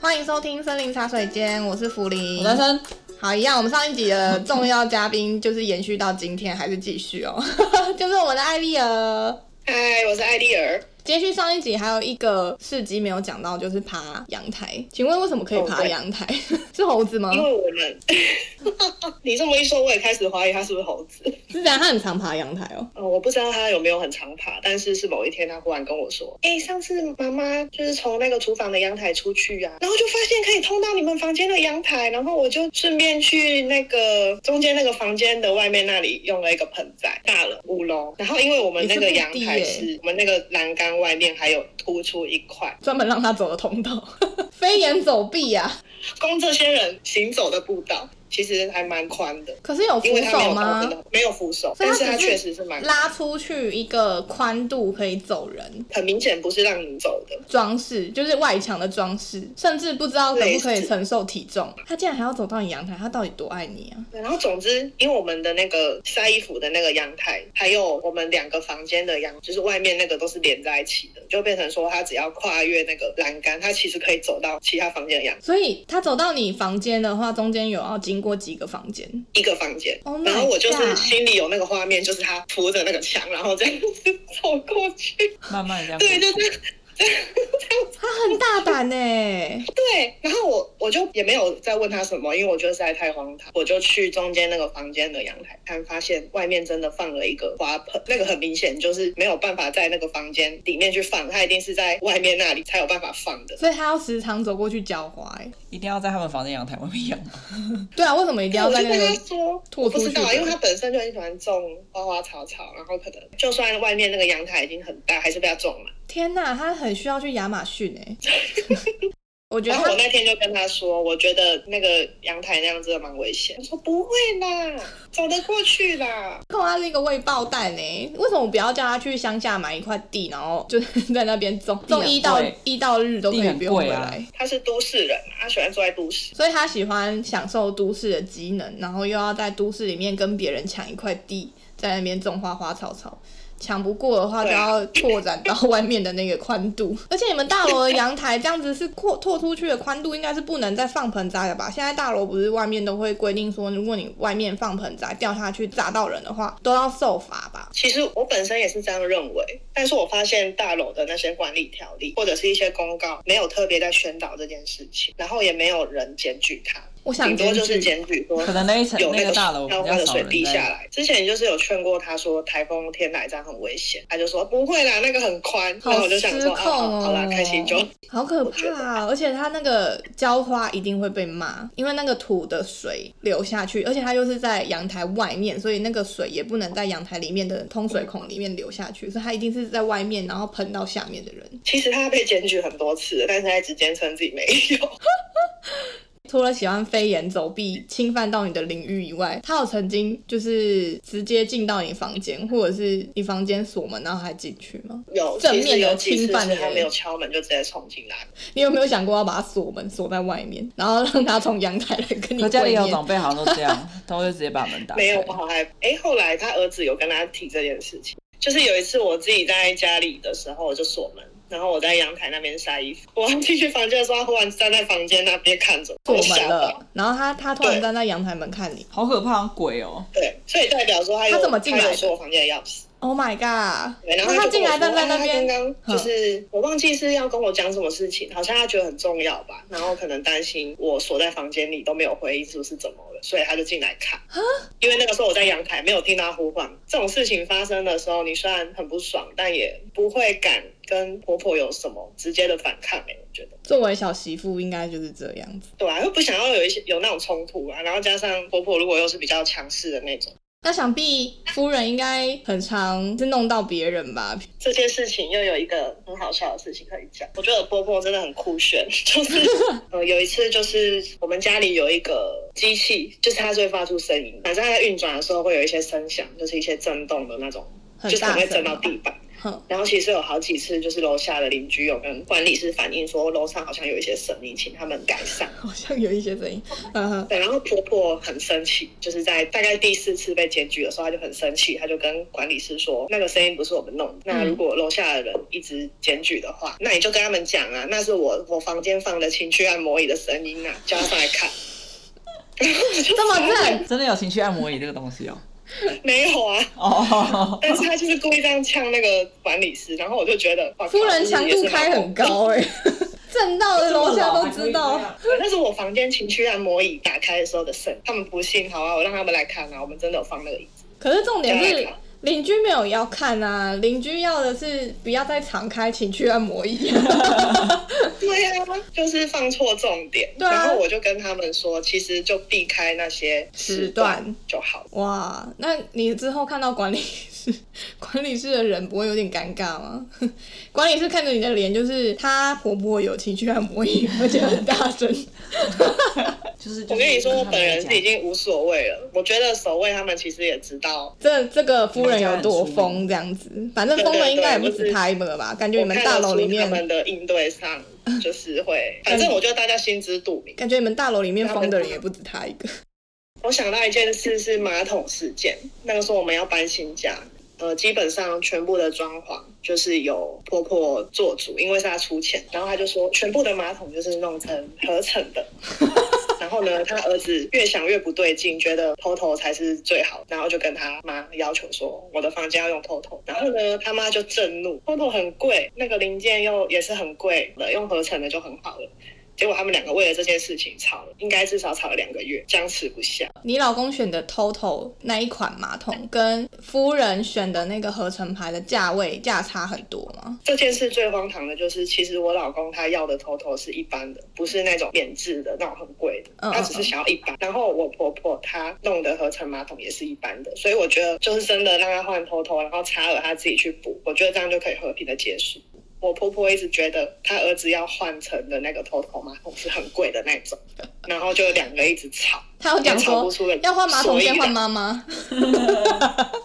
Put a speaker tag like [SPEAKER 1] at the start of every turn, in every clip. [SPEAKER 1] 欢迎收听森林茶水间，我是福林
[SPEAKER 2] 我。单身，
[SPEAKER 1] 好，一样，我们上一集的重要嘉宾就是延续到今天，还是继续哦， 就是我们的艾丽儿。
[SPEAKER 3] 嗨，我是艾丽儿。
[SPEAKER 1] 接续上一集，还有一个事迹没有讲到，就是爬阳台。请问为什么可以
[SPEAKER 3] 哦
[SPEAKER 1] 爬
[SPEAKER 3] 对
[SPEAKER 1] 阳台？ 是猴子吗？
[SPEAKER 3] 因为我们， 你这么一说，我也开始怀疑他是不是猴子。
[SPEAKER 1] 是这样，他很常爬阳台哦。
[SPEAKER 3] 嗯，我不知道他有没有很常爬，但是是某一天他忽然跟我说：“哎、上次妈妈就是从那个厨房的阳台出去啊，然后就发现可以通到你们房间的阳台，然后我就顺便去那个中间那个房间的外面那里用了一个盆栽，大了五楼。然后因为我们那个阳台
[SPEAKER 1] 也是不低
[SPEAKER 3] 是我们那个栏杆外面还有突出一块，
[SPEAKER 1] 专门让他走的通道， 飞檐走壁呀、啊。
[SPEAKER 3] 供这些人行走的步道，其实还蛮宽的。”
[SPEAKER 1] 可是有
[SPEAKER 3] 因
[SPEAKER 1] 扶
[SPEAKER 3] 为它没
[SPEAKER 1] 手
[SPEAKER 3] 有到
[SPEAKER 1] 吗
[SPEAKER 3] 真？的没有扶手，
[SPEAKER 1] 所以
[SPEAKER 3] 但
[SPEAKER 1] 它
[SPEAKER 3] 是它
[SPEAKER 1] 只是
[SPEAKER 3] 确实是蛮
[SPEAKER 1] 拉出去一个宽度可以走人，
[SPEAKER 3] 很明显不是让你走的。
[SPEAKER 1] 装饰就是外墙的装饰，甚至不知道可不可以承受体重。他竟然还要走到你阳台，他到底多爱你啊？
[SPEAKER 3] 然后总之，因为我们的那个晒衣服的那个阳台，还有我们两个房间的阳，就是外面那个都是连在一起的，就变成说他只要跨越那个栏杆，他其实可以走到其他房间的阳
[SPEAKER 1] 所以他走到你房间的话，中间有要经过几个房间，
[SPEAKER 3] 一个房间。
[SPEAKER 1] Oh my
[SPEAKER 3] 然后我就是
[SPEAKER 1] God
[SPEAKER 3] 心里有那个画面，就是他扶着那个墙，然后这样子 走过去，
[SPEAKER 2] 慢慢地这样过
[SPEAKER 3] 对，
[SPEAKER 2] 去。
[SPEAKER 3] 就这样。
[SPEAKER 1] 他很大胆欸呢、
[SPEAKER 3] 对，然后我我就也没有再问他什么，因为我觉得实在太荒唐，我就去中间那个房间的阳台看，发现外面真的放了一个花盆，那个很明显就是没有办法在那个房间里面去放，它一定是在外面那里才有办法放的。
[SPEAKER 1] 所以他要时常走过去浇花、欸。
[SPEAKER 2] 一定要在他们房间阳台外面养 吗？
[SPEAKER 1] 对啊，为什么一定要
[SPEAKER 3] 我
[SPEAKER 1] 在
[SPEAKER 3] 就
[SPEAKER 1] 那
[SPEAKER 3] 跟他
[SPEAKER 1] 个？
[SPEAKER 3] 说，
[SPEAKER 1] 吐
[SPEAKER 3] 我不
[SPEAKER 1] 出
[SPEAKER 3] 知
[SPEAKER 1] 去
[SPEAKER 3] 道啊，
[SPEAKER 1] 的
[SPEAKER 3] 因为他本身就很喜欢种花花草草，然后可能就算外面那个阳台已经很大，还是被他种了。
[SPEAKER 1] 天哪，他很需要去亚马逊 哎、我觉得
[SPEAKER 2] 哦
[SPEAKER 3] 然后我
[SPEAKER 1] 他
[SPEAKER 3] 那天就跟他说，我觉得那个阳台那样真的蛮危险。他说不会啦，走得过去啦。
[SPEAKER 1] 看他是一个未爆弹哎、为什么我不要叫他去乡下买一块地，然后就是在那边种种一到
[SPEAKER 2] 地很贵
[SPEAKER 1] 一到日都可
[SPEAKER 2] 地
[SPEAKER 1] 以
[SPEAKER 2] 很
[SPEAKER 1] 不用回
[SPEAKER 2] 贵啊
[SPEAKER 1] 来？
[SPEAKER 3] 他是都市人，他喜欢住在都市。
[SPEAKER 1] 所以他喜欢享受都市的机能，然后又要在都市里面跟别人抢一块地，在那边种花花草草。抢不过的话，就
[SPEAKER 3] 对啊
[SPEAKER 1] 要拓展到外面的那个宽度。 而且你们大楼的阳台这样子是扩拓出去的宽度，应该是不能再放盆栽了吧？现在大楼不是外面都会规定说，如果你外面放盆栽掉下去砸到人的话，都要受罚吧？
[SPEAKER 3] 其实我本身也是这样认为，但是我发现大楼的那些管理条例或者是一些公告，没有特别在宣导这件事情，然后也没有人检举他，
[SPEAKER 1] 我想
[SPEAKER 3] 顶多就
[SPEAKER 1] 检
[SPEAKER 3] 是
[SPEAKER 1] 举
[SPEAKER 3] 检举说
[SPEAKER 2] 可 能那一层
[SPEAKER 3] 有
[SPEAKER 2] 那
[SPEAKER 3] 那
[SPEAKER 2] 个
[SPEAKER 3] 个
[SPEAKER 2] 大楼比
[SPEAKER 3] 浇花
[SPEAKER 2] 较
[SPEAKER 3] 的
[SPEAKER 2] 少
[SPEAKER 3] 水
[SPEAKER 2] 人
[SPEAKER 3] 滴下
[SPEAKER 2] 在。
[SPEAKER 3] 来。之前就是有劝过他说台风天来这样很危险，他就说不会啦，那个很宽。
[SPEAKER 1] 好
[SPEAKER 3] 然后我就想
[SPEAKER 1] 失
[SPEAKER 3] 说
[SPEAKER 1] 控
[SPEAKER 3] 啊，好好啦，
[SPEAKER 1] 哦
[SPEAKER 3] 开心就
[SPEAKER 1] 好可怕、啊！而且它那个浇花一定会被骂，因为那个土的水流下去，而且它又是在阳台外面，所以那个水也不能在阳台里面的通水孔里面流下去，所以它一定是在外面，然后喷到下面的人。
[SPEAKER 3] 其实他被检举很多次了，但是他一直坚称自己没有。
[SPEAKER 1] 除了喜欢飞檐走壁、侵犯到你的领域以外，他有曾经就是直接进到你房间，或者是你房间锁门然后还进去吗？
[SPEAKER 3] 有
[SPEAKER 1] 正
[SPEAKER 3] 其
[SPEAKER 1] 面
[SPEAKER 3] 实
[SPEAKER 1] 有
[SPEAKER 3] 有几次
[SPEAKER 1] 侵犯
[SPEAKER 3] 是
[SPEAKER 1] 你
[SPEAKER 3] 他没有敲门就直接冲进来，
[SPEAKER 1] 你有没有想过要把它锁门锁在外面，然后让它从阳台来跟你
[SPEAKER 2] 可家里
[SPEAKER 1] 会
[SPEAKER 2] 有
[SPEAKER 1] 面
[SPEAKER 2] 长辈好像都 这样，他会直接把门打开。
[SPEAKER 3] 没有，我好害怕。哎，后来他儿子有跟他提这件事情，就是有一次我自己在家里的时候，我就锁门，然后我在阳台那边晒衣服，我进去房间的时候，他忽然站在房间那边看着我，
[SPEAKER 1] 锁
[SPEAKER 3] 我
[SPEAKER 1] 门
[SPEAKER 3] 吓到。
[SPEAKER 1] 了，然后他他突然站在阳台门看你
[SPEAKER 2] 好可怕，好鬼哦！
[SPEAKER 3] 对，所以代表说他有
[SPEAKER 1] 他怎么进来的
[SPEAKER 3] 他有说我房间的钥匙。
[SPEAKER 1] ，Oh my god！
[SPEAKER 3] 对，然后
[SPEAKER 1] 那他
[SPEAKER 3] 就跟
[SPEAKER 1] 进
[SPEAKER 3] 我
[SPEAKER 1] 来
[SPEAKER 3] 说
[SPEAKER 1] 站在那
[SPEAKER 3] 哎
[SPEAKER 1] 边，
[SPEAKER 3] 他刚刚就是我忘记是要跟我讲什么事情，好像他觉得很重要吧，然后可能担心我锁在房间里都没有回应，是不是怎么了？所以他就进来看。因为那个时候我在阳台，没有听到他呼唤。这种事情发生的时候，你虽然很不爽，但也不会敢跟婆婆有什么直接的反抗、欸。我觉得，
[SPEAKER 1] 作为小媳妇应该就是这样子。
[SPEAKER 3] 对啊，又不想要有一些有那种冲突啊，然后加上婆婆如果又是比较强势的那种。
[SPEAKER 1] 那想必夫人应该很常是弄到别人吧？
[SPEAKER 3] 这件事情又有一个很好笑的事情可以讲。我觉得波波真的很酷炫， 就是呃有一次就是我们家里有一个机器，就是它是会发出声音，反正它在运转的时候会有一些声响，就是一些震动的那种，
[SPEAKER 1] 很
[SPEAKER 3] 就是可
[SPEAKER 1] 大
[SPEAKER 3] 能会
[SPEAKER 1] 声
[SPEAKER 3] 震到
[SPEAKER 1] 吗，
[SPEAKER 3] 地板。
[SPEAKER 1] 哼，
[SPEAKER 3] 然后其实有好几次，就是楼下的邻居有跟管理室反映说，楼上好像有一些声音，请他们改善。
[SPEAKER 1] 好像有一些声 音，嗯哼，
[SPEAKER 3] 对，然后婆婆很生气，就是在大概第四次被检举的时候，她就很生气，她就跟管理室说，那个声音不是我们弄的，
[SPEAKER 1] 嗯
[SPEAKER 3] 那如果楼下的人一直检举的话，那你就跟他们讲啊，那是我我房间放的情趣按摩椅的声音啊，叫他上来看。
[SPEAKER 1] 这么正，
[SPEAKER 2] 真的有情绪按摩椅这个东西 哦。
[SPEAKER 3] 没有啊，
[SPEAKER 2] 哦，
[SPEAKER 3] 但是他就是故意这样呛那个管理师，然后我就觉得，哇
[SPEAKER 1] 夫人强度开很，高哎、震到楼下都知道。
[SPEAKER 2] 啊
[SPEAKER 3] 靠那是我房间情趣按摩椅打开的时候的声，他们不信，好啊，我让他们来看啊，我们真的有放那个椅子，
[SPEAKER 1] 可是重点
[SPEAKER 3] 对
[SPEAKER 1] 是邻居没有要看啊，邻居要的是不要再敞开情趣按摩椅。
[SPEAKER 3] 对呀、啊，就是放错重点，
[SPEAKER 1] 对啊
[SPEAKER 3] 然后我就跟他们说，其实就避开那些时
[SPEAKER 1] 时
[SPEAKER 3] 段
[SPEAKER 1] 段
[SPEAKER 3] 就好。
[SPEAKER 1] 哇，那你之后看到管理室 管理室的人不会有点尴尬吗？ 管理室看着你的脸，就是她婆婆有情趣按摩椅，而且很大声。
[SPEAKER 2] 就是
[SPEAKER 3] 我跟你说，我本人是已经无所谓了。我觉得守卫他们其实也知道，
[SPEAKER 1] 这这个夫人有多疯这样子，反正疯人应该也不止他一个吧？感觉你
[SPEAKER 3] 我
[SPEAKER 1] 们
[SPEAKER 3] 看
[SPEAKER 1] 大
[SPEAKER 3] 得
[SPEAKER 1] 楼里
[SPEAKER 3] 出他
[SPEAKER 1] 面，
[SPEAKER 3] 们的应对上就是 会，反正我觉得大家心知肚明。
[SPEAKER 1] 感觉你们大楼里面疯的人也不止他一个。
[SPEAKER 3] 我想到一件事是马桶事件，那个时候我们要搬新家，呃，基本上全部的装潢就是由婆婆做主，因为是她出钱，然后她就说全部的马桶就是弄成合成的。然后呢，她儿子越想越不对劲，觉得 TOTO 才是最好，然后就跟他妈要求说，我的房间要用 TOTO。然后呢，他妈就震怒，TOTO 很贵，那个零件又也是很贵的，用合成的就很好了。结果他们两个为了这件事情吵了，应该至少吵了两个月，僵持不下。
[SPEAKER 1] 你老公选的 TOTO 那一款马桶，跟夫人选的那个合成牌的价位价差很多吗？
[SPEAKER 3] 这件事最荒唐的就是，其实我老公他要的 TOTO 是一般的，不是那种免治的那种很贵的，
[SPEAKER 1] 嗯
[SPEAKER 3] 他只是想要一般。然后我婆婆她弄的合成马桶也是一般的，所以我觉得就是真的让她换 TOTO，然后差额她自己去补，我觉得这样就可以和平的结束。我婆婆一直觉得她儿子要换成的那个 TOTO 马桶是很贵的那种，然后就两个一直吵。
[SPEAKER 1] 他有讲
[SPEAKER 3] 也吵不
[SPEAKER 1] 说
[SPEAKER 3] 出个
[SPEAKER 1] 要换马桶
[SPEAKER 3] 所以
[SPEAKER 1] 先
[SPEAKER 3] 然
[SPEAKER 1] 换妈妈，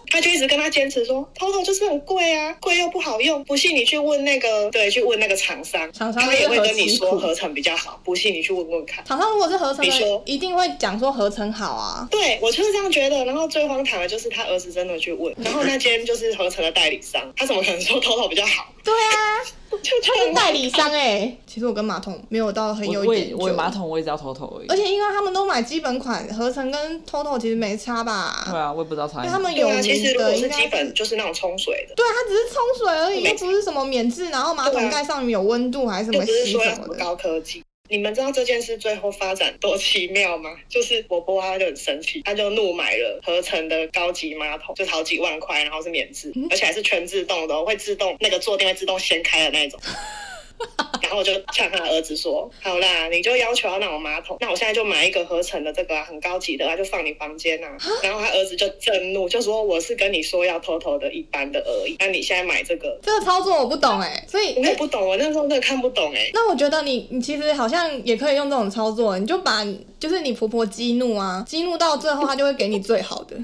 [SPEAKER 3] 他就一直跟他坚持说，TOTO 就是很贵啊，贵又不好用。不信你去问那个，对，去问那个厂商，
[SPEAKER 1] 厂商
[SPEAKER 3] 他也会跟你
[SPEAKER 1] 会很
[SPEAKER 3] 说
[SPEAKER 1] 辛苦
[SPEAKER 3] 合成比较好。不信你去问问看。
[SPEAKER 1] 厂商如果是合成
[SPEAKER 3] 你
[SPEAKER 1] 的
[SPEAKER 3] 说，
[SPEAKER 1] 一定会讲说合成好啊。
[SPEAKER 3] 对我就是这样觉得。然后最荒唐的就是他儿子真的去问，然后那间就是合成的代理商，他怎么可能说 TOTO 比较好？
[SPEAKER 1] 对啊，
[SPEAKER 3] 就
[SPEAKER 1] 他是代理商哎、其实我跟马桶没有到很
[SPEAKER 2] 我
[SPEAKER 1] 有
[SPEAKER 2] 我
[SPEAKER 1] 研
[SPEAKER 2] 也
[SPEAKER 1] 究，
[SPEAKER 2] 我也马桶我也只要头头而已
[SPEAKER 1] 而。且因为他们都买基本款，合成跟 TOTO 其实没差吧？
[SPEAKER 2] 对啊，我也不知道差
[SPEAKER 1] 因为
[SPEAKER 2] 在哪
[SPEAKER 1] 他。们
[SPEAKER 3] 对
[SPEAKER 1] 有
[SPEAKER 3] 啊，其实
[SPEAKER 1] 名
[SPEAKER 3] 如果
[SPEAKER 1] 的
[SPEAKER 3] 是
[SPEAKER 1] 应该
[SPEAKER 3] 基
[SPEAKER 1] 是
[SPEAKER 3] 本就是那种冲水的，
[SPEAKER 1] 对啊，它只是冲水而已，
[SPEAKER 3] 没
[SPEAKER 1] 又不是什么免治，然后马桶盖上面有温度还是什
[SPEAKER 3] 就
[SPEAKER 1] 么
[SPEAKER 3] 不是
[SPEAKER 1] 洗
[SPEAKER 3] 说要
[SPEAKER 1] 什
[SPEAKER 3] 什
[SPEAKER 1] 么
[SPEAKER 3] 么
[SPEAKER 1] 的。
[SPEAKER 3] 高科技。你们知道这件事最后发展多奇妙吗？就是我婆婆她就很生气，她就怒买了合成的高级马桶，就是好几万块，然后是免治，
[SPEAKER 1] 嗯
[SPEAKER 3] 而且还是全自动的哦、会自动那个坐垫会自动掀开的那一 种。然后我就呛他儿子说：“好啦，你就要求要那种马桶，那我现在就买一个合成的这个、啊、很高级的、啊，就放你房间啊。”然后他儿子就震怒，就说：“我是跟你说要偷偷的一般的而已，那你现在买这个，
[SPEAKER 1] 这个操作我不懂哎、所以
[SPEAKER 3] 我也
[SPEAKER 1] 哎、
[SPEAKER 3] 不懂，我那时候真的看不懂哎、
[SPEAKER 1] 那我觉得你你其实好像也可以用这种操作，你就把就是你婆婆激怒啊，激怒到最后她就会给你最好的。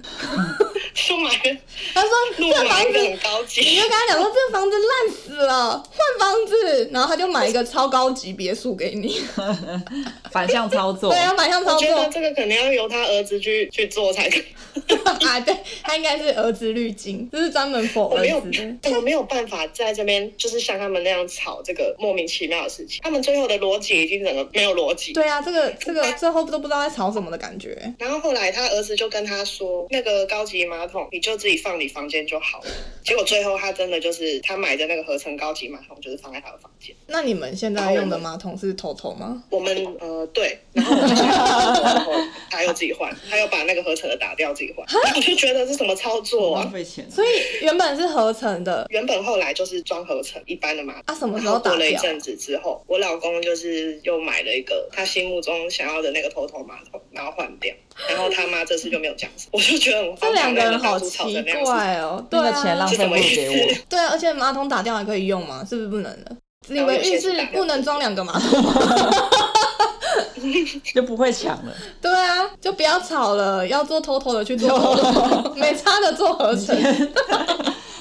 [SPEAKER 3] 就买了
[SPEAKER 1] 她说
[SPEAKER 3] 路
[SPEAKER 1] 这
[SPEAKER 3] 买
[SPEAKER 1] 房
[SPEAKER 3] 一
[SPEAKER 1] 子
[SPEAKER 3] 个，很高
[SPEAKER 1] 你就
[SPEAKER 3] 级，
[SPEAKER 1] 跟她讲说这房子烂死了，换房子，然后她就买一个超高级别墅给你。
[SPEAKER 2] 反向操作
[SPEAKER 1] 对，啊，反向操
[SPEAKER 3] 哦 我觉
[SPEAKER 1] 作
[SPEAKER 3] 得这个可能要由他儿子去去做才可以。
[SPEAKER 1] 啊，对，她应该是儿子滤镜，这是专门否
[SPEAKER 3] 我
[SPEAKER 1] 儿
[SPEAKER 3] 没有
[SPEAKER 1] 子的。，
[SPEAKER 3] 我没有办法在这边就是像他们那样吵这个莫名其妙的事情。他们最后的逻辑已经整个没有逻辑。
[SPEAKER 1] 对啊，这个这个最后都不知道在吵什么的感觉。
[SPEAKER 3] 然后后来他儿子就跟他说，那个高级马桶你就自己放你房间就好了。结果最后他真的就是他买的那个合成高级马桶，就是放在他的房间。
[SPEAKER 1] 那你们现在用的马桶是头头吗？
[SPEAKER 3] 我们呃对，然后我就想，然后 他又自己换，他又把那个合成的打掉自己换，然后我就觉得这什么操作啊
[SPEAKER 2] 浪？费钱。
[SPEAKER 1] 所以原本是合成的
[SPEAKER 3] 原本后来就是装合成一般的嘛。
[SPEAKER 1] 啊，什么
[SPEAKER 3] 然
[SPEAKER 1] 时候
[SPEAKER 3] 后
[SPEAKER 1] 打
[SPEAKER 3] 过了一
[SPEAKER 1] 掉？
[SPEAKER 3] 阵子之后，我老公就是又买了一个他心目中想要的那个头头马桶，然后换 掉。然后他妈这次就没有讲什么，我 就觉得很
[SPEAKER 1] 这
[SPEAKER 3] 荒
[SPEAKER 1] 两
[SPEAKER 3] 唐
[SPEAKER 1] 个
[SPEAKER 3] 那
[SPEAKER 1] 人
[SPEAKER 3] 个
[SPEAKER 1] 好
[SPEAKER 3] 当初吵
[SPEAKER 1] 奇
[SPEAKER 3] 的那样子。
[SPEAKER 1] 怪哦，对
[SPEAKER 2] 那个钱
[SPEAKER 1] 啊
[SPEAKER 2] 浪，费不如给
[SPEAKER 3] 是什么意
[SPEAKER 2] 我。
[SPEAKER 1] 对啊，而且马桶打掉还可以用吗？是不是不能的？你
[SPEAKER 3] 然后
[SPEAKER 1] 们
[SPEAKER 3] 啊有些
[SPEAKER 1] 浴
[SPEAKER 3] 是
[SPEAKER 1] 室
[SPEAKER 3] 打掉
[SPEAKER 1] 不能装两个马桶？
[SPEAKER 2] 就不会抢了。
[SPEAKER 1] 对啊，就不要 吵了，要做偷偷的去做偷偷，没差的做合成。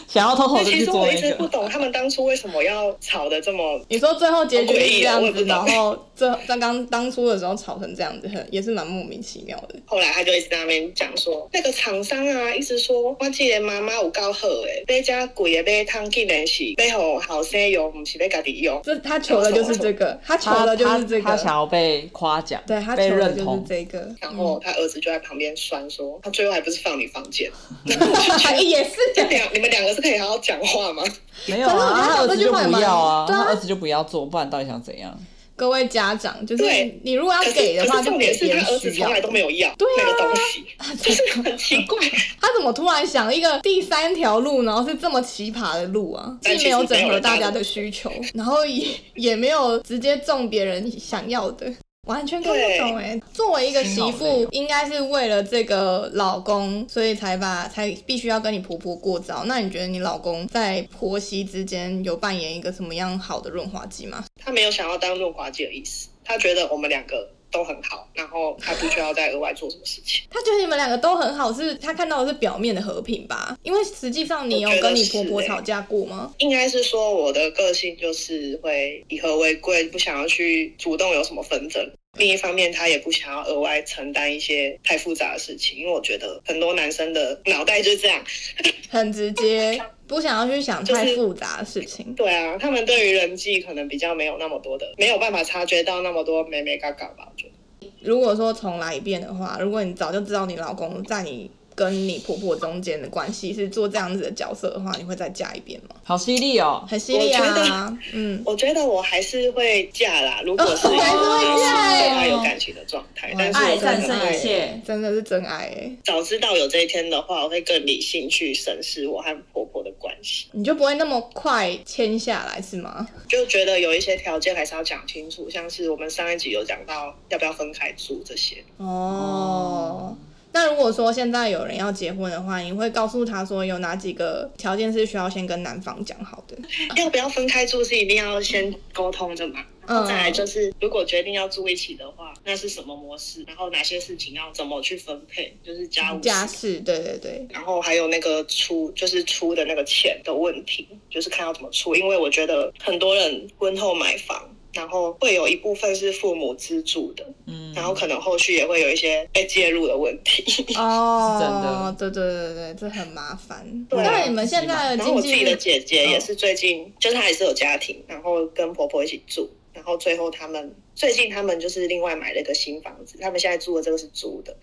[SPEAKER 2] 想要偷偷
[SPEAKER 3] 那
[SPEAKER 2] 的
[SPEAKER 3] 其
[SPEAKER 2] 去
[SPEAKER 3] 实
[SPEAKER 2] 做
[SPEAKER 3] 我一
[SPEAKER 2] 那
[SPEAKER 3] 直不
[SPEAKER 2] 个。
[SPEAKER 3] 懂他们当初为什么要吵得这么
[SPEAKER 1] 你说最后结局是这样
[SPEAKER 3] 好诡异哦我也不
[SPEAKER 1] 子，
[SPEAKER 3] 懂
[SPEAKER 1] 然后这刚刚当初的时候吵成这样子，很也是蛮莫名其妙的。
[SPEAKER 3] 后来他就一直在那边讲说，那个厂商啊，一直说我这个妈妈有够好诶，这家贵的买汤竟然是要互后生用，不是要家己用。
[SPEAKER 1] 这他求的就是这个，他求
[SPEAKER 2] 他
[SPEAKER 1] 的就是这
[SPEAKER 2] 他他想
[SPEAKER 1] 个，
[SPEAKER 2] 要被夸奖，
[SPEAKER 1] 对他
[SPEAKER 2] 被
[SPEAKER 1] 求的
[SPEAKER 2] 认
[SPEAKER 1] 就是
[SPEAKER 2] 同，
[SPEAKER 1] 这个。
[SPEAKER 3] 然后他儿子就在旁边酸说，他最后还不是放你房间？
[SPEAKER 1] 也是，
[SPEAKER 3] 这两你们两个是可以好好讲话吗？
[SPEAKER 2] 没有
[SPEAKER 1] 可是我觉得这
[SPEAKER 2] 啊，他儿子
[SPEAKER 1] 句
[SPEAKER 2] 就
[SPEAKER 1] 话也
[SPEAKER 2] 不
[SPEAKER 1] 蛮
[SPEAKER 2] 要啊，
[SPEAKER 1] 对啊
[SPEAKER 2] 他儿子就不要做，不然到底想怎样？
[SPEAKER 1] 各位家长，就是
[SPEAKER 3] 对
[SPEAKER 1] 你如果要
[SPEAKER 3] 可是
[SPEAKER 1] 给的
[SPEAKER 3] 可
[SPEAKER 1] 话，
[SPEAKER 3] 是
[SPEAKER 1] 就
[SPEAKER 3] 重
[SPEAKER 1] 给
[SPEAKER 3] 点是
[SPEAKER 1] 别人
[SPEAKER 3] 他儿子
[SPEAKER 1] 需要
[SPEAKER 3] 从。来都没有要
[SPEAKER 1] 对啊
[SPEAKER 3] 那个 东西，就是很奇怪。
[SPEAKER 1] 他怎么突然想一个第三条路，然后是这么奇葩的路啊？
[SPEAKER 3] 但
[SPEAKER 1] 既没
[SPEAKER 3] 其实
[SPEAKER 1] 有整合大家的需求，然后也也没有直接中别人想要的。完全看不懂哎、作为一个媳
[SPEAKER 2] 心好累
[SPEAKER 1] 妇
[SPEAKER 2] 哦，
[SPEAKER 1] 应该是为了这个老公，所以才把才必须要跟你婆婆过招。那你觉得你老公在婆媳之间有扮演一个什么样好的润滑剂吗？
[SPEAKER 3] 他没有想要当润滑剂的意思，他觉得我们两个都很好，然后他不需要再额外做什么事 情。
[SPEAKER 1] 他觉得你们两个都很好，是他看到的是表面的和平吧？因为实际上你有
[SPEAKER 3] 我觉得
[SPEAKER 1] 跟你婆
[SPEAKER 3] 是
[SPEAKER 1] 婆
[SPEAKER 3] 欸
[SPEAKER 1] 吵架过吗？
[SPEAKER 3] 应该是说我的个性就是会以和为贵，不想要去主动有什么纷争。另一方面，他也不想要额外承担一些太复杂的事情，因为我觉得很多男生的脑袋就是这样。
[SPEAKER 1] 很直接，不想要去想
[SPEAKER 3] 就是
[SPEAKER 1] 太复杂的事情。
[SPEAKER 3] 对啊，他们对于人际可能比较没有那么多的，没有办法察觉到那么多美美嘎嘎吧。我觉得
[SPEAKER 1] 如果说重来一遍的话，如果你早就知道你老公在你跟你婆婆中间的关系是做这样子的角色的话，你会再嫁一遍吗？
[SPEAKER 2] 好犀利哦！
[SPEAKER 1] 很犀利
[SPEAKER 3] 我觉
[SPEAKER 1] 啊
[SPEAKER 3] 得，
[SPEAKER 1] 嗯。
[SPEAKER 3] 我觉得我还是会 嫁啦，如果是
[SPEAKER 1] 哦
[SPEAKER 3] 一个
[SPEAKER 1] 还是会嫁
[SPEAKER 3] 对他
[SPEAKER 2] 欸
[SPEAKER 3] 有感情的状态，但是
[SPEAKER 2] 爱
[SPEAKER 3] 我可
[SPEAKER 2] 战
[SPEAKER 3] 能
[SPEAKER 2] 胜
[SPEAKER 3] 会
[SPEAKER 2] 一切，
[SPEAKER 1] 真的是真爱欸
[SPEAKER 3] 早知道有这一天的话，我会更理性去审视我和婆婆的关系。
[SPEAKER 1] 你就不会那么快签下来是吗？
[SPEAKER 3] 就觉得有一些条件还是要讲清楚，像是我们上一集有讲到要不要分开住这些。
[SPEAKER 1] 哦，那如果说现在有人要结婚的话，你会告诉他说有哪几个条件是需要先跟男方讲好的？
[SPEAKER 3] 要不要分开住是一定要先沟通的嘛。然后再来就是，如果决定要住一起的话，那是什么模式？然后哪些事情要怎么去分配？啊就是家务事
[SPEAKER 1] 家事，对对对，
[SPEAKER 3] 然后还有那个出，就是出的那个钱的问题，就是看要怎么出。因为我觉得很多人婚后买房，然后会有一部分是父母资助的，
[SPEAKER 2] 嗯，
[SPEAKER 3] 然后可能后续也会有一些被介入的问题。
[SPEAKER 1] 哦，对对对对，这很麻烦。
[SPEAKER 3] 对啊
[SPEAKER 1] 那你们现在的
[SPEAKER 3] 然后我
[SPEAKER 1] 经
[SPEAKER 3] 自
[SPEAKER 1] 济
[SPEAKER 3] 己的嗯
[SPEAKER 1] 是
[SPEAKER 3] 姐姐也是最近，就是她也是有家庭，然后跟婆婆一起住，然后最后他们最近他们就是另外买了一个新房子，他们现在住的这个是租的。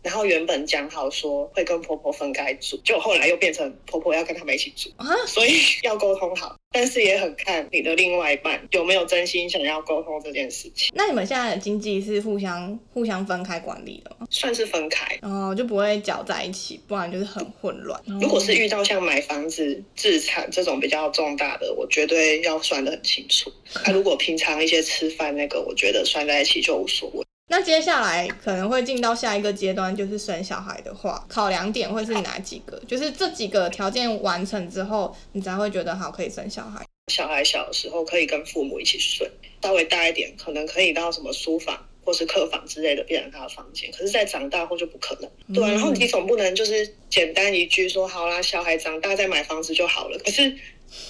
[SPEAKER 3] 然后原本讲好说会跟婆婆分开住，就后来又变成婆婆要跟他们一起住，
[SPEAKER 1] 啊，
[SPEAKER 3] 所以 要沟通好，但是也很看你的另外一半有没有真心想要沟通这件事情，
[SPEAKER 1] 那你们现在的经济是互相互相分开管理的吗？
[SPEAKER 3] 算是分开。
[SPEAKER 1] 哦，就不会搅在一起，不然就是很混乱。
[SPEAKER 3] 如果是遇到像买房子、自产这种比较重大的，我绝对要算得很清楚。那、如果平常一些吃饭那个，我觉得算在一起就无所谓。
[SPEAKER 1] 那接下来可能会进到下一个阶段，就是生小孩的话，考量点会是哪几个？就是这几个条件完成之后，你才会觉得好可以生小孩。
[SPEAKER 3] 小孩小的时候可以跟父母一起睡，稍微大一点可能可以到什么书房或是客房之类的变成他的房间，可是再长大后就不可能。对啊、
[SPEAKER 1] 嗯
[SPEAKER 3] 然后你总不能就是简单一句说好啦，小孩长大再买房子就好了，可是。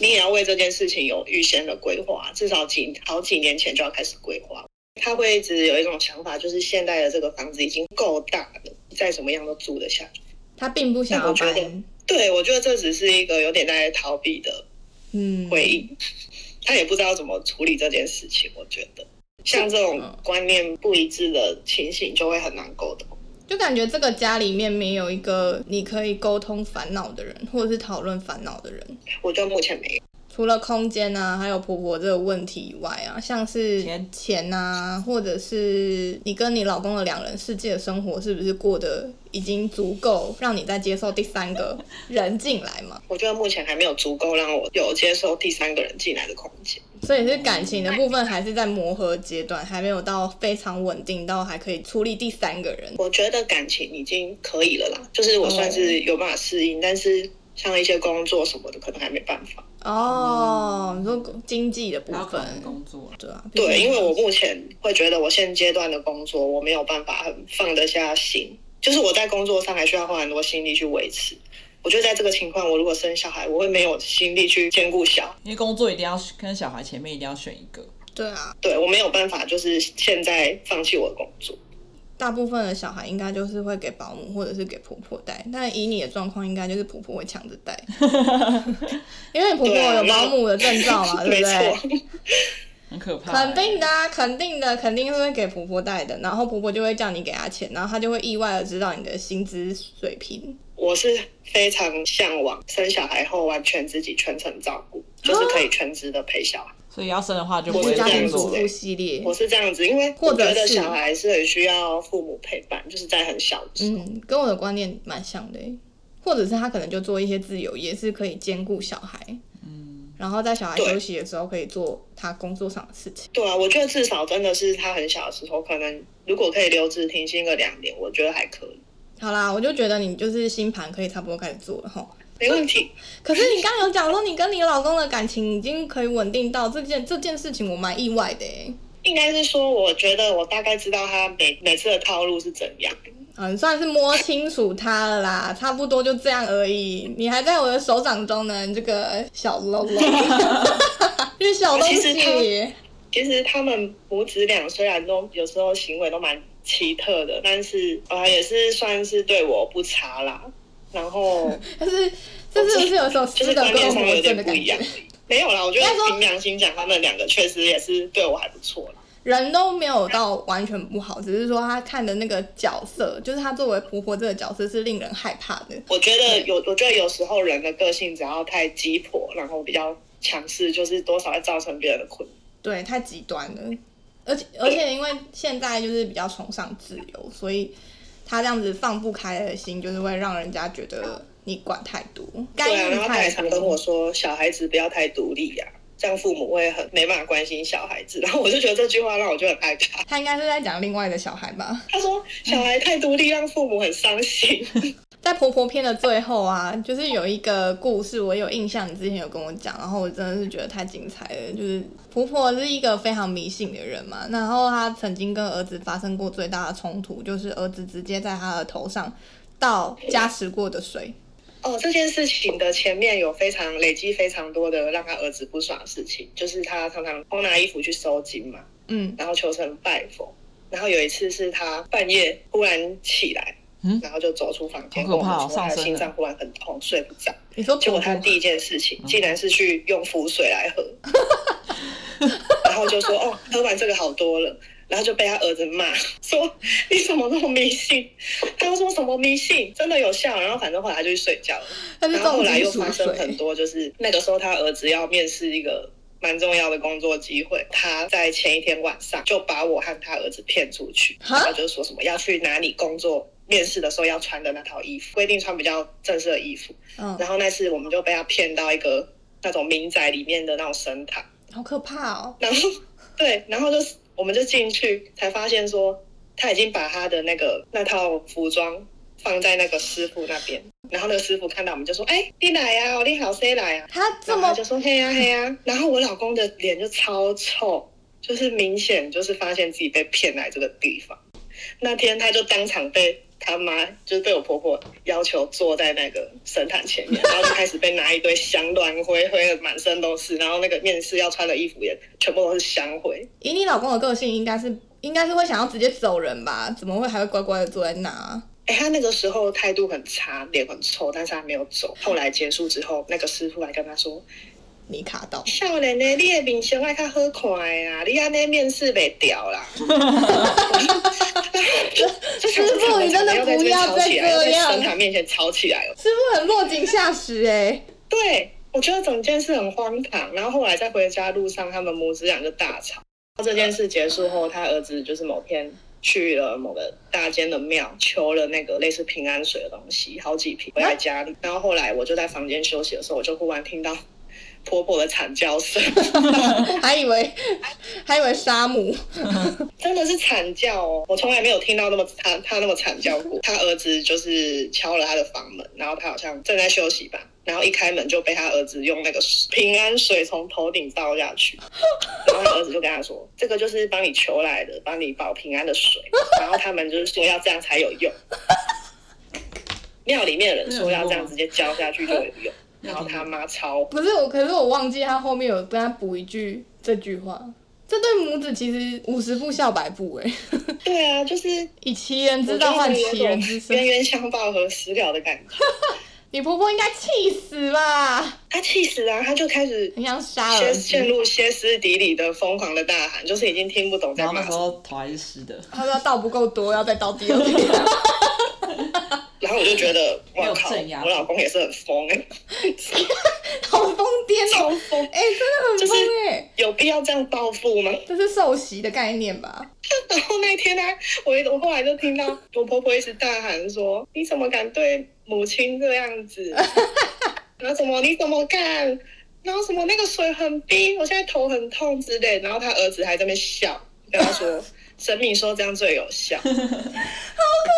[SPEAKER 3] 你也要为这件事情有预先的规划，至少几好几年前就要开始规划。他会一直有一种想法，就是现在的这个房子已经够大了，再怎么样都住得下去。
[SPEAKER 1] 他并不想
[SPEAKER 3] 那
[SPEAKER 1] 要
[SPEAKER 3] 哎我觉得
[SPEAKER 1] 搬，
[SPEAKER 3] 对我觉得这只是一个有点在逃避的
[SPEAKER 1] 嗯，
[SPEAKER 3] 回应，他也不知道怎么处理这件事情。我觉得，像这种观念不一致的情形，就会很难沟通。
[SPEAKER 1] 就感觉这个家里面没有一个你可以沟通烦恼的人，或者是讨论烦恼的人。
[SPEAKER 3] 我觉得目前没有，
[SPEAKER 1] 除了空间啊，还有婆婆这个问题以外啊，像是
[SPEAKER 2] 钱
[SPEAKER 1] 钱啊，或者是你跟你老公的两人世界的生活，是不是过得已经足够让你再接受第三个人进来嘛？
[SPEAKER 3] 我觉得目前还没有足够让我有接受第三个人进来的空间。
[SPEAKER 1] 所以是感情的部分还是在磨合阶段，还没有到非常稳定到还可以处理第三个人。
[SPEAKER 3] 我觉得感情已经可以了啦，就是我算是有办法适应，但是像一些工作什么的，可能还没办法。
[SPEAKER 1] 哦，你说经济的部
[SPEAKER 2] 他要考
[SPEAKER 1] 分，
[SPEAKER 2] 虑工作，
[SPEAKER 1] 对啊，毕
[SPEAKER 3] 对，
[SPEAKER 1] 竟
[SPEAKER 3] 因为我目前会觉得我现阶段的工作，我没有办法很放得下心，就是我在工作上还需要花很多心力去维持。我我觉得在这个情况，我如果生小孩，我会没有心力去兼顾小孩
[SPEAKER 2] 因为工作一定要跟小孩前面一定要选一个。
[SPEAKER 1] 对啊，
[SPEAKER 3] 对我没有办法，就是现在放弃我的工作。
[SPEAKER 1] 大部分的小孩应该就是会给保姆或者是给婆婆带，但以你的状况，应该就是婆婆会抢着带， 因为婆婆
[SPEAKER 3] 对啊
[SPEAKER 1] 有保
[SPEAKER 3] 那
[SPEAKER 1] 姆的证照 嘛，啊对
[SPEAKER 3] 啊没
[SPEAKER 1] 不对？
[SPEAKER 3] 错，
[SPEAKER 2] 很可怕、欸
[SPEAKER 1] 肯定的、啊，肯定的，肯定是会给婆婆带的，然后婆婆就会叫你给她钱，然后她就会意外的知道你的薪资水平。
[SPEAKER 3] 我是非常向往生小孩后完全自己全程照顾，就是可以全职的陪小孩。
[SPEAKER 2] 所以要生的话就不
[SPEAKER 1] 我
[SPEAKER 2] 会
[SPEAKER 1] 是家
[SPEAKER 3] 这
[SPEAKER 1] 庭
[SPEAKER 2] 工
[SPEAKER 3] 样
[SPEAKER 1] 主
[SPEAKER 2] 作
[SPEAKER 3] 子
[SPEAKER 2] 了。
[SPEAKER 1] 妇系列
[SPEAKER 3] 我，是这样子，因为
[SPEAKER 1] 或
[SPEAKER 3] 我
[SPEAKER 1] 者
[SPEAKER 3] 觉得
[SPEAKER 1] 是
[SPEAKER 3] 小孩是很需要父母陪伴，就是在很小的时候。
[SPEAKER 1] 嗯，跟我的观念蛮像的欸，或者是她可能就做一些自由业，是可以兼顾小孩，嗯，然后在小孩
[SPEAKER 3] 对
[SPEAKER 1] 休息的时候可以做她工作上的事情。
[SPEAKER 3] 对啊，我觉得至少真的是他很小的时候，可能如果可以留职停薪个两年，我觉得还可以，
[SPEAKER 1] 好啦，我就觉得你就是星盘可以差不多开始做了哈。
[SPEAKER 3] 没问题。
[SPEAKER 1] 可是你刚刚有讲说你跟你老公的感情已经可以稳定到这件这件事情，我蛮意外的欸
[SPEAKER 3] 应该是说，我觉得我大概知道他每每次的套路是怎样。
[SPEAKER 1] 啊，你算是摸清楚他了啦，差不多就这样而已。你还在我的手掌中呢，你这个小喽 啰，因为小东
[SPEAKER 3] 其实
[SPEAKER 1] 西。
[SPEAKER 3] 其实他们母子俩虽然都有时候行为都蛮奇特的，但是呃也是算是对我不差啦。然 后
[SPEAKER 1] 但是这是不是有时候
[SPEAKER 3] 就
[SPEAKER 1] 吃
[SPEAKER 3] 是
[SPEAKER 1] 的
[SPEAKER 3] 观念
[SPEAKER 1] 跟
[SPEAKER 3] 上
[SPEAKER 1] 魔症
[SPEAKER 3] 有点
[SPEAKER 1] 的
[SPEAKER 3] 不
[SPEAKER 1] 感
[SPEAKER 3] 一样
[SPEAKER 1] 觉
[SPEAKER 3] 而？已。没有啦，我觉得
[SPEAKER 1] 应该说
[SPEAKER 3] 凭良心讲，他们两个确实也是对我还不错啦。
[SPEAKER 1] 人都没有到完全不好，只是说他看的那个角色，就是他作为婆婆这个角色是令人害怕的。
[SPEAKER 3] 我觉得有，我觉得有时候人的个性只要太急迫，然后比较强势，就是多少会造成别人的困扰。
[SPEAKER 1] 对，太极端了。而且而且，因为现在就是比较崇尚自由，所以他这样子放不开的心，就是会让人家觉得你管太多，干
[SPEAKER 3] 对啊，
[SPEAKER 1] 预
[SPEAKER 3] 然后他也
[SPEAKER 1] 太
[SPEAKER 3] 常跟
[SPEAKER 1] 多
[SPEAKER 3] 我。说，小孩子不要太独立呀、这样父母会很没办法关心小孩子。然后我就觉得这句话让我就很害怕。
[SPEAKER 1] 他应该是在讲另外的小孩吧？
[SPEAKER 3] 他说小孩太独立让父母很伤心。
[SPEAKER 1] 在婆婆篇的最后啊，就是有一个故事，我有印象，你之前有跟我讲，然后我真的是觉得太精彩了。就是婆婆是一个非常迷信的人嘛，然后她曾经跟儿子发生过最大的冲突，就是儿子直接在她的头上倒加持过的水。
[SPEAKER 3] 哦，这件事情的前面有非常累积非常多的让他儿子不爽的事情，就是他常常偷拿衣服去收金嘛，
[SPEAKER 1] 嗯，
[SPEAKER 3] 然后求神拜佛。然后有一次是他半夜忽然起来，
[SPEAKER 2] 嗯
[SPEAKER 3] 然后就走出房间，
[SPEAKER 2] 好可怕哦
[SPEAKER 3] 跟我们说他
[SPEAKER 2] 上
[SPEAKER 3] 的
[SPEAKER 2] 身
[SPEAKER 3] 心
[SPEAKER 2] 了
[SPEAKER 3] 脏忽然很痛，睡不着。
[SPEAKER 1] 你说
[SPEAKER 3] 结
[SPEAKER 1] 婆
[SPEAKER 3] 果
[SPEAKER 1] 婆
[SPEAKER 3] 他第一件事
[SPEAKER 2] 嗯
[SPEAKER 3] 情竟然是去用符水 来喝，然后就说哦，喝完这个好多了，然后就被他儿子骂说你怎么那么迷信？他又说什么迷信，真的有效？然后反正后来他就去睡觉了。
[SPEAKER 1] 但是
[SPEAKER 3] 然后后
[SPEAKER 1] 重
[SPEAKER 3] 来
[SPEAKER 1] 金
[SPEAKER 3] 又
[SPEAKER 1] 属
[SPEAKER 3] 发生很
[SPEAKER 1] 水，
[SPEAKER 3] 多，就是那个时候他儿子要面试一个蛮重要的工作机会，他在前一天晚上就把我和他儿子骗出去，
[SPEAKER 1] 哈
[SPEAKER 3] 然后就说什么要去哪里工作。面试的时候要穿的那套衣服，规定穿比较正式的衣服，
[SPEAKER 1] 嗯，
[SPEAKER 3] 然后那次我们就被他骗到一个那种民宅里面的那种神堂，
[SPEAKER 1] 好可怕哦！
[SPEAKER 3] 然后对，然后就是我们就进去，才发现说他已经把他的那个那套服装放在那个师傅那边，然后那个师傅看到我们就说：“哎、你来呀、啊，你好，谁来呀、啊
[SPEAKER 1] 他？”这
[SPEAKER 3] 然后
[SPEAKER 1] 么
[SPEAKER 3] 他就说：“嘿呀、嘿呀、然后我老公的脸就超臭，就是明显就是发现自己被骗来这个地方。那天他就当场被。他妈就是被我婆婆要求坐在那个神坛前面，然后就开始被拿一堆香乱灰灰的，满身都是，然后那个面试要穿的衣服也全部都是香灰。
[SPEAKER 1] 以你老公的个性，应该是应该是会想要直接走人吧？怎么会还会乖乖的坐在那啊？
[SPEAKER 3] 哎、他那个时候态度很差，脸很臭，但是他没有走。后来结束之后，那个师傅来跟他说，
[SPEAKER 1] 你卡到：“
[SPEAKER 3] 少年呢，你的面相爱较好看的啦，你安尼面试袂掉啦。就”
[SPEAKER 1] 师傅你真的不要再
[SPEAKER 3] 再
[SPEAKER 1] 这样
[SPEAKER 3] 在神坛面前吵起来了。
[SPEAKER 1] 是不是很落井下石哎、
[SPEAKER 3] 对，我觉得整件事很荒唐。然后后来在回家路上，他们母子俩就大吵。这件事结束后，他儿子就是某天去了某个大间的庙，求了那个类似平安水的东西，好几瓶回来家里。然后后来我就在房间休息的时候，我就忽然听到婆婆的惨叫声，
[SPEAKER 1] 还以为还以为杀母，
[SPEAKER 3] 真的是惨叫哦！我从来没有听到那么他他那么惨叫过。他儿子就是敲了他的房门，然后他好像正在休息吧，然后一开门就被他儿子用那个平安水从头顶倒下去，然后他儿子就跟他说：“这个就是帮你求来的，帮你保平安的水。”然后他们就是说要这样才有用。庙里面的人说要这样直接浇下去就有用，
[SPEAKER 2] 那有听过吗
[SPEAKER 3] 然后他妈超
[SPEAKER 1] 不是我，可是我忘记他后面有跟他补一句这句话。这对母子其实五十步笑百步哎、
[SPEAKER 3] 对啊，就是
[SPEAKER 1] 以其人之道换其人之
[SPEAKER 3] 冤
[SPEAKER 1] 身。
[SPEAKER 3] 冤相报何时了的感觉。
[SPEAKER 1] 你婆婆应该气死吧？
[SPEAKER 3] 他气死啊，他就开始
[SPEAKER 1] 很想
[SPEAKER 2] 嗯
[SPEAKER 1] 杀儿
[SPEAKER 3] 先
[SPEAKER 1] 子
[SPEAKER 3] 陷。入歇斯底里的疯狂的大喊，就是已经听不懂在
[SPEAKER 2] 然后
[SPEAKER 3] 骂
[SPEAKER 2] 那
[SPEAKER 3] 什
[SPEAKER 2] 时
[SPEAKER 3] 么。
[SPEAKER 2] 候头还是湿的，
[SPEAKER 1] 他说倒不够多，要再倒第二遍。
[SPEAKER 3] 然后我就觉得，
[SPEAKER 2] 没有
[SPEAKER 3] 我靠，
[SPEAKER 2] 镇压
[SPEAKER 3] 我老公也是很疯哎、
[SPEAKER 1] 好疯癫
[SPEAKER 3] 超
[SPEAKER 1] 哦！
[SPEAKER 3] 疯，
[SPEAKER 1] 哎、真的很疯哎、
[SPEAKER 3] 有必要这样报复吗？
[SPEAKER 1] 这是受洗的概念吧？
[SPEAKER 3] 然后那天呢、我我后来就听到我婆婆一直大喊说：“你怎么敢对母亲这样子？ 然后怎么你怎么干？然后什么那个水很冰，我现在头很痛之类。”然后他儿子还在那边笑，跟他说：“ 神明说这样最有效。”
[SPEAKER 1] 哇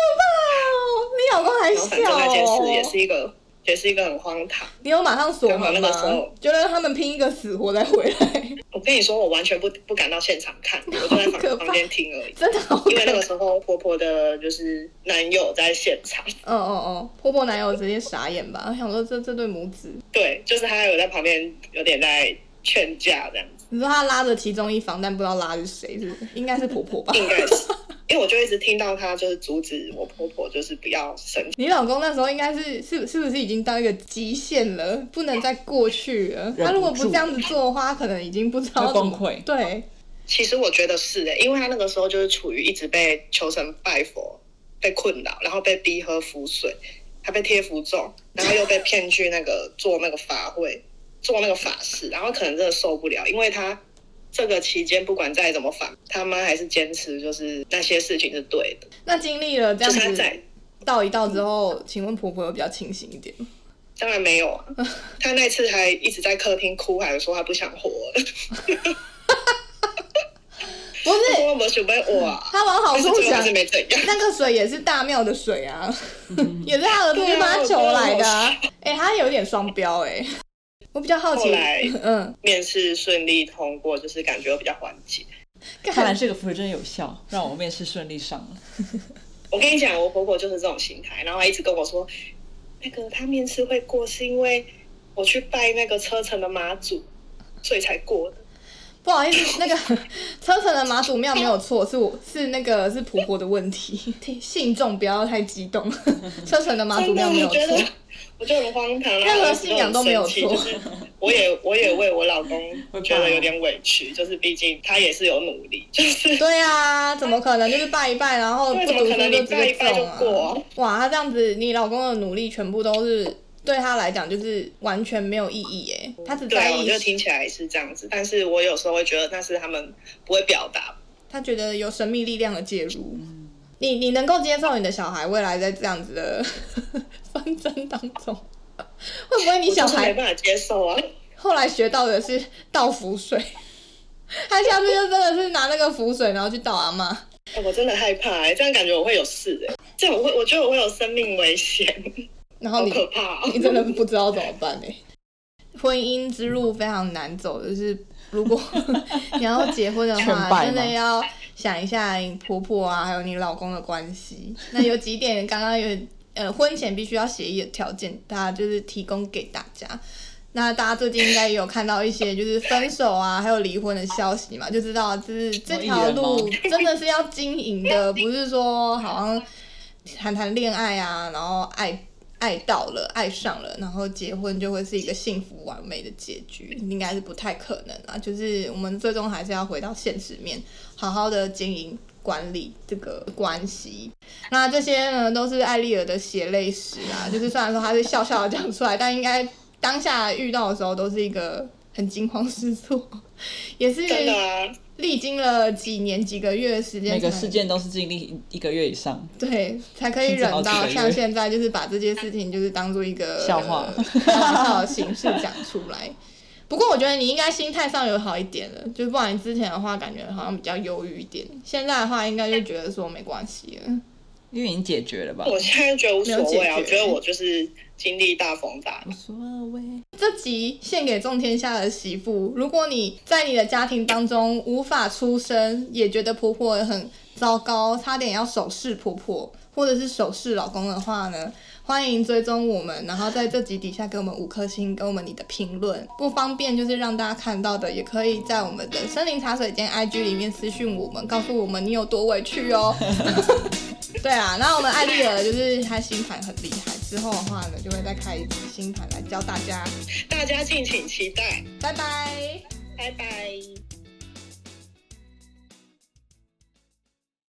[SPEAKER 1] 哦，你老公还
[SPEAKER 3] 然后反正
[SPEAKER 1] 笑
[SPEAKER 3] 那件事也
[SPEAKER 1] 哦！
[SPEAKER 3] 是一个，也是一个很荒唐。
[SPEAKER 1] 你有马上锁门
[SPEAKER 3] 刚好那个时
[SPEAKER 1] 吗
[SPEAKER 3] 候？
[SPEAKER 1] 就让他们拼一个死活再回来，
[SPEAKER 3] 我跟你说，我完全不不敢到现场看，我就在
[SPEAKER 1] 好可
[SPEAKER 3] 房
[SPEAKER 1] 怕
[SPEAKER 3] 房间听而已。
[SPEAKER 1] 真的好可
[SPEAKER 3] 因为那
[SPEAKER 1] 怕
[SPEAKER 3] 个。时候婆婆的就是男友在现场，
[SPEAKER 1] 嗯嗯嗯，婆婆男友直接傻眼吧？我想说这这对母子，
[SPEAKER 3] 对，就是他有在旁边有点在劝架这样子，
[SPEAKER 1] 你说他拉着其中一方，但不知道拉着谁，是不是应该是婆婆吧？
[SPEAKER 3] 应该 是。因为我就一直听到他就是阻止我婆婆，就是不要生气。
[SPEAKER 1] 你老公那时候应该是是是不是已经到一个极限了，不能再过去了？
[SPEAKER 2] 住
[SPEAKER 1] 他如果不这样子做的话，他可能已经不知道
[SPEAKER 2] 会崩
[SPEAKER 1] 怎么
[SPEAKER 2] 溃
[SPEAKER 1] 对，
[SPEAKER 3] 其实我觉得是的、因为他那个时候就是处于一直被求神拜佛、被困扰，然后被逼喝符水，他被贴符咒，然后又被骗去那个做那个法会、做那个法事，然后可能真的受不了，因为他这个期间不管再怎么反，他妈还是坚持就是那些事情是对的，
[SPEAKER 1] 那经历了这
[SPEAKER 3] 就
[SPEAKER 1] 样
[SPEAKER 3] 是他
[SPEAKER 1] 子
[SPEAKER 3] 在
[SPEAKER 1] 倒一倒之后，请问婆婆有比较清醒一点吗？
[SPEAKER 3] 当然没有啊，他那次还一直在客厅哭，喊说他不想活了。
[SPEAKER 1] 不
[SPEAKER 3] 他
[SPEAKER 1] 是，
[SPEAKER 3] 说我准备我啊，
[SPEAKER 1] 他往好
[SPEAKER 3] 但是
[SPEAKER 1] 处
[SPEAKER 3] 最后
[SPEAKER 1] 想
[SPEAKER 3] 还是，没怎样。
[SPEAKER 1] 那个水也是大庙的水啊，
[SPEAKER 2] 嗯
[SPEAKER 1] 也是他儿子去帮他求来的、啊。哎、他有点双标哎、我比较好
[SPEAKER 3] 后
[SPEAKER 1] 奇
[SPEAKER 3] 来，
[SPEAKER 1] 嗯，
[SPEAKER 3] 面试顺利通过，就是感觉比较缓解。
[SPEAKER 2] 看来
[SPEAKER 1] 看
[SPEAKER 2] 这个辅真有效，让我面试顺利上了。
[SPEAKER 3] 我跟你讲，我婆婆就是这种心态，然后她一直跟我说，那个她面试会过是因为我去拜那个车臣的妈祖，所以才过的。
[SPEAKER 1] 不好意思，那 个车城的妈祖庙没有错，是我是那个是婆婆的问题，听信众不要太激 动，车城的妈祖
[SPEAKER 3] 真的，
[SPEAKER 1] 庙没
[SPEAKER 3] 我
[SPEAKER 1] 有
[SPEAKER 3] 觉得
[SPEAKER 1] 错。
[SPEAKER 3] 我就很荒唐，
[SPEAKER 1] 任
[SPEAKER 3] 然后
[SPEAKER 1] 何
[SPEAKER 3] 儿子
[SPEAKER 1] 信仰
[SPEAKER 3] 很
[SPEAKER 1] 都没有
[SPEAKER 3] 生气
[SPEAKER 1] 错
[SPEAKER 3] 就是我也我也为我老公觉
[SPEAKER 2] 会
[SPEAKER 3] 得
[SPEAKER 2] 怕
[SPEAKER 3] 有点委屈，就是毕竟他也是有努力，就是
[SPEAKER 1] 对啊，怎么可能就是拜一拜，然后不
[SPEAKER 3] 对怎
[SPEAKER 1] 读
[SPEAKER 3] 么
[SPEAKER 1] 书
[SPEAKER 3] 可能
[SPEAKER 1] 就
[SPEAKER 3] 你
[SPEAKER 1] 直
[SPEAKER 3] 拜一
[SPEAKER 1] 接
[SPEAKER 3] 拜就
[SPEAKER 1] 中啊？
[SPEAKER 3] 过啊？
[SPEAKER 1] 哇，他这样子，你老公的努力全部都是对他来讲就是完全没有意义哎，他只
[SPEAKER 3] 对
[SPEAKER 1] 在
[SPEAKER 3] 啊，我
[SPEAKER 1] 意
[SPEAKER 3] 就听起来是这样子，但是我有时候会觉得那是他们不会表达。
[SPEAKER 1] 他觉得有神秘力量的介入。
[SPEAKER 3] 嗯
[SPEAKER 1] 你你能够接受你的小孩未来在这样子的 纷争当中，会不会你小
[SPEAKER 3] 我就是没
[SPEAKER 1] 孩
[SPEAKER 3] 办法接受啊！
[SPEAKER 1] 后来学到的是倒浮水？ 他下次就真的是拿那个浮水，然后去倒阿妈。
[SPEAKER 3] 哎我真的害怕、欸，这样感觉我会有事哎、这样我会，我觉得我会有生命危险，
[SPEAKER 1] 然后
[SPEAKER 3] 好
[SPEAKER 1] 你
[SPEAKER 3] 可怕、哦
[SPEAKER 1] 你真的不知道怎么办呢、欸婚姻之路非常难走，就是如果 你要结婚的
[SPEAKER 2] 劝败
[SPEAKER 1] 话，
[SPEAKER 2] 吗
[SPEAKER 1] 真的要想一下你婆婆啊，还有你老公的关系。那有几点刚刚有呃婚前必须要协议的条件，大家就是提供给大家。那大家最近应该也有看到一些就是分手啊，还有离婚的消息嘛，就知道就是这条
[SPEAKER 2] 有
[SPEAKER 1] 路
[SPEAKER 2] 艺
[SPEAKER 1] 真的是要经营的，不是说好像谈谈恋爱啊，然后爱爱到了，爱上了，然后结婚就会是一个幸福完美的结局，应该是不太可能啊。就是我们最终还是要回到现实面，好好的经营管理这个关系。那这些呢，都是艾丽尔的血泪史啊。 就是虽然说她是笑笑的讲出来，但应该当下遇到的时候都是一个很惊慌失措， 也是
[SPEAKER 3] 真的啊！
[SPEAKER 1] 历经了几年几个月的时间，
[SPEAKER 2] 每个事件都是经历一个月以上，
[SPEAKER 1] 对，才可以忍
[SPEAKER 2] 甚至好
[SPEAKER 1] 到
[SPEAKER 2] 几个月
[SPEAKER 1] 像现在，就是把这件事情就是当做一个
[SPEAKER 2] 笑话
[SPEAKER 1] 呃开玩笑的形式讲出来。不过我觉得你应该心态上有好一点了，就是不然你之前的话感觉好像比较忧郁一点，现在的话应该就觉得说没关系了。
[SPEAKER 2] 因为已经解决了吧？
[SPEAKER 3] 我现在觉得无所谓
[SPEAKER 1] 没有
[SPEAKER 3] 啊，我
[SPEAKER 1] 解
[SPEAKER 3] 觉
[SPEAKER 1] 决嗯
[SPEAKER 3] 得我就是经历大风大
[SPEAKER 2] 无所谓，
[SPEAKER 1] 这集献给众天下的媳妇，如果你在你的家庭当中无法出声，也觉得婆婆很糟糕，差点要手势婆婆或者是手势老公的话呢，欢迎追踪我们，然后在这集底下给我们五颗星，给我们你的评论。不方便就是让大家看到的，也可以在我们的森林茶水间 IG 里面私讯我们，告诉我们你有多委屈哦。对啊，然后我们艾丽尔就是她星盘很厉害，之后的话呢，就会再开一集星盘来教大家。
[SPEAKER 3] 大家敬请期待，
[SPEAKER 1] 拜拜。
[SPEAKER 3] 拜拜。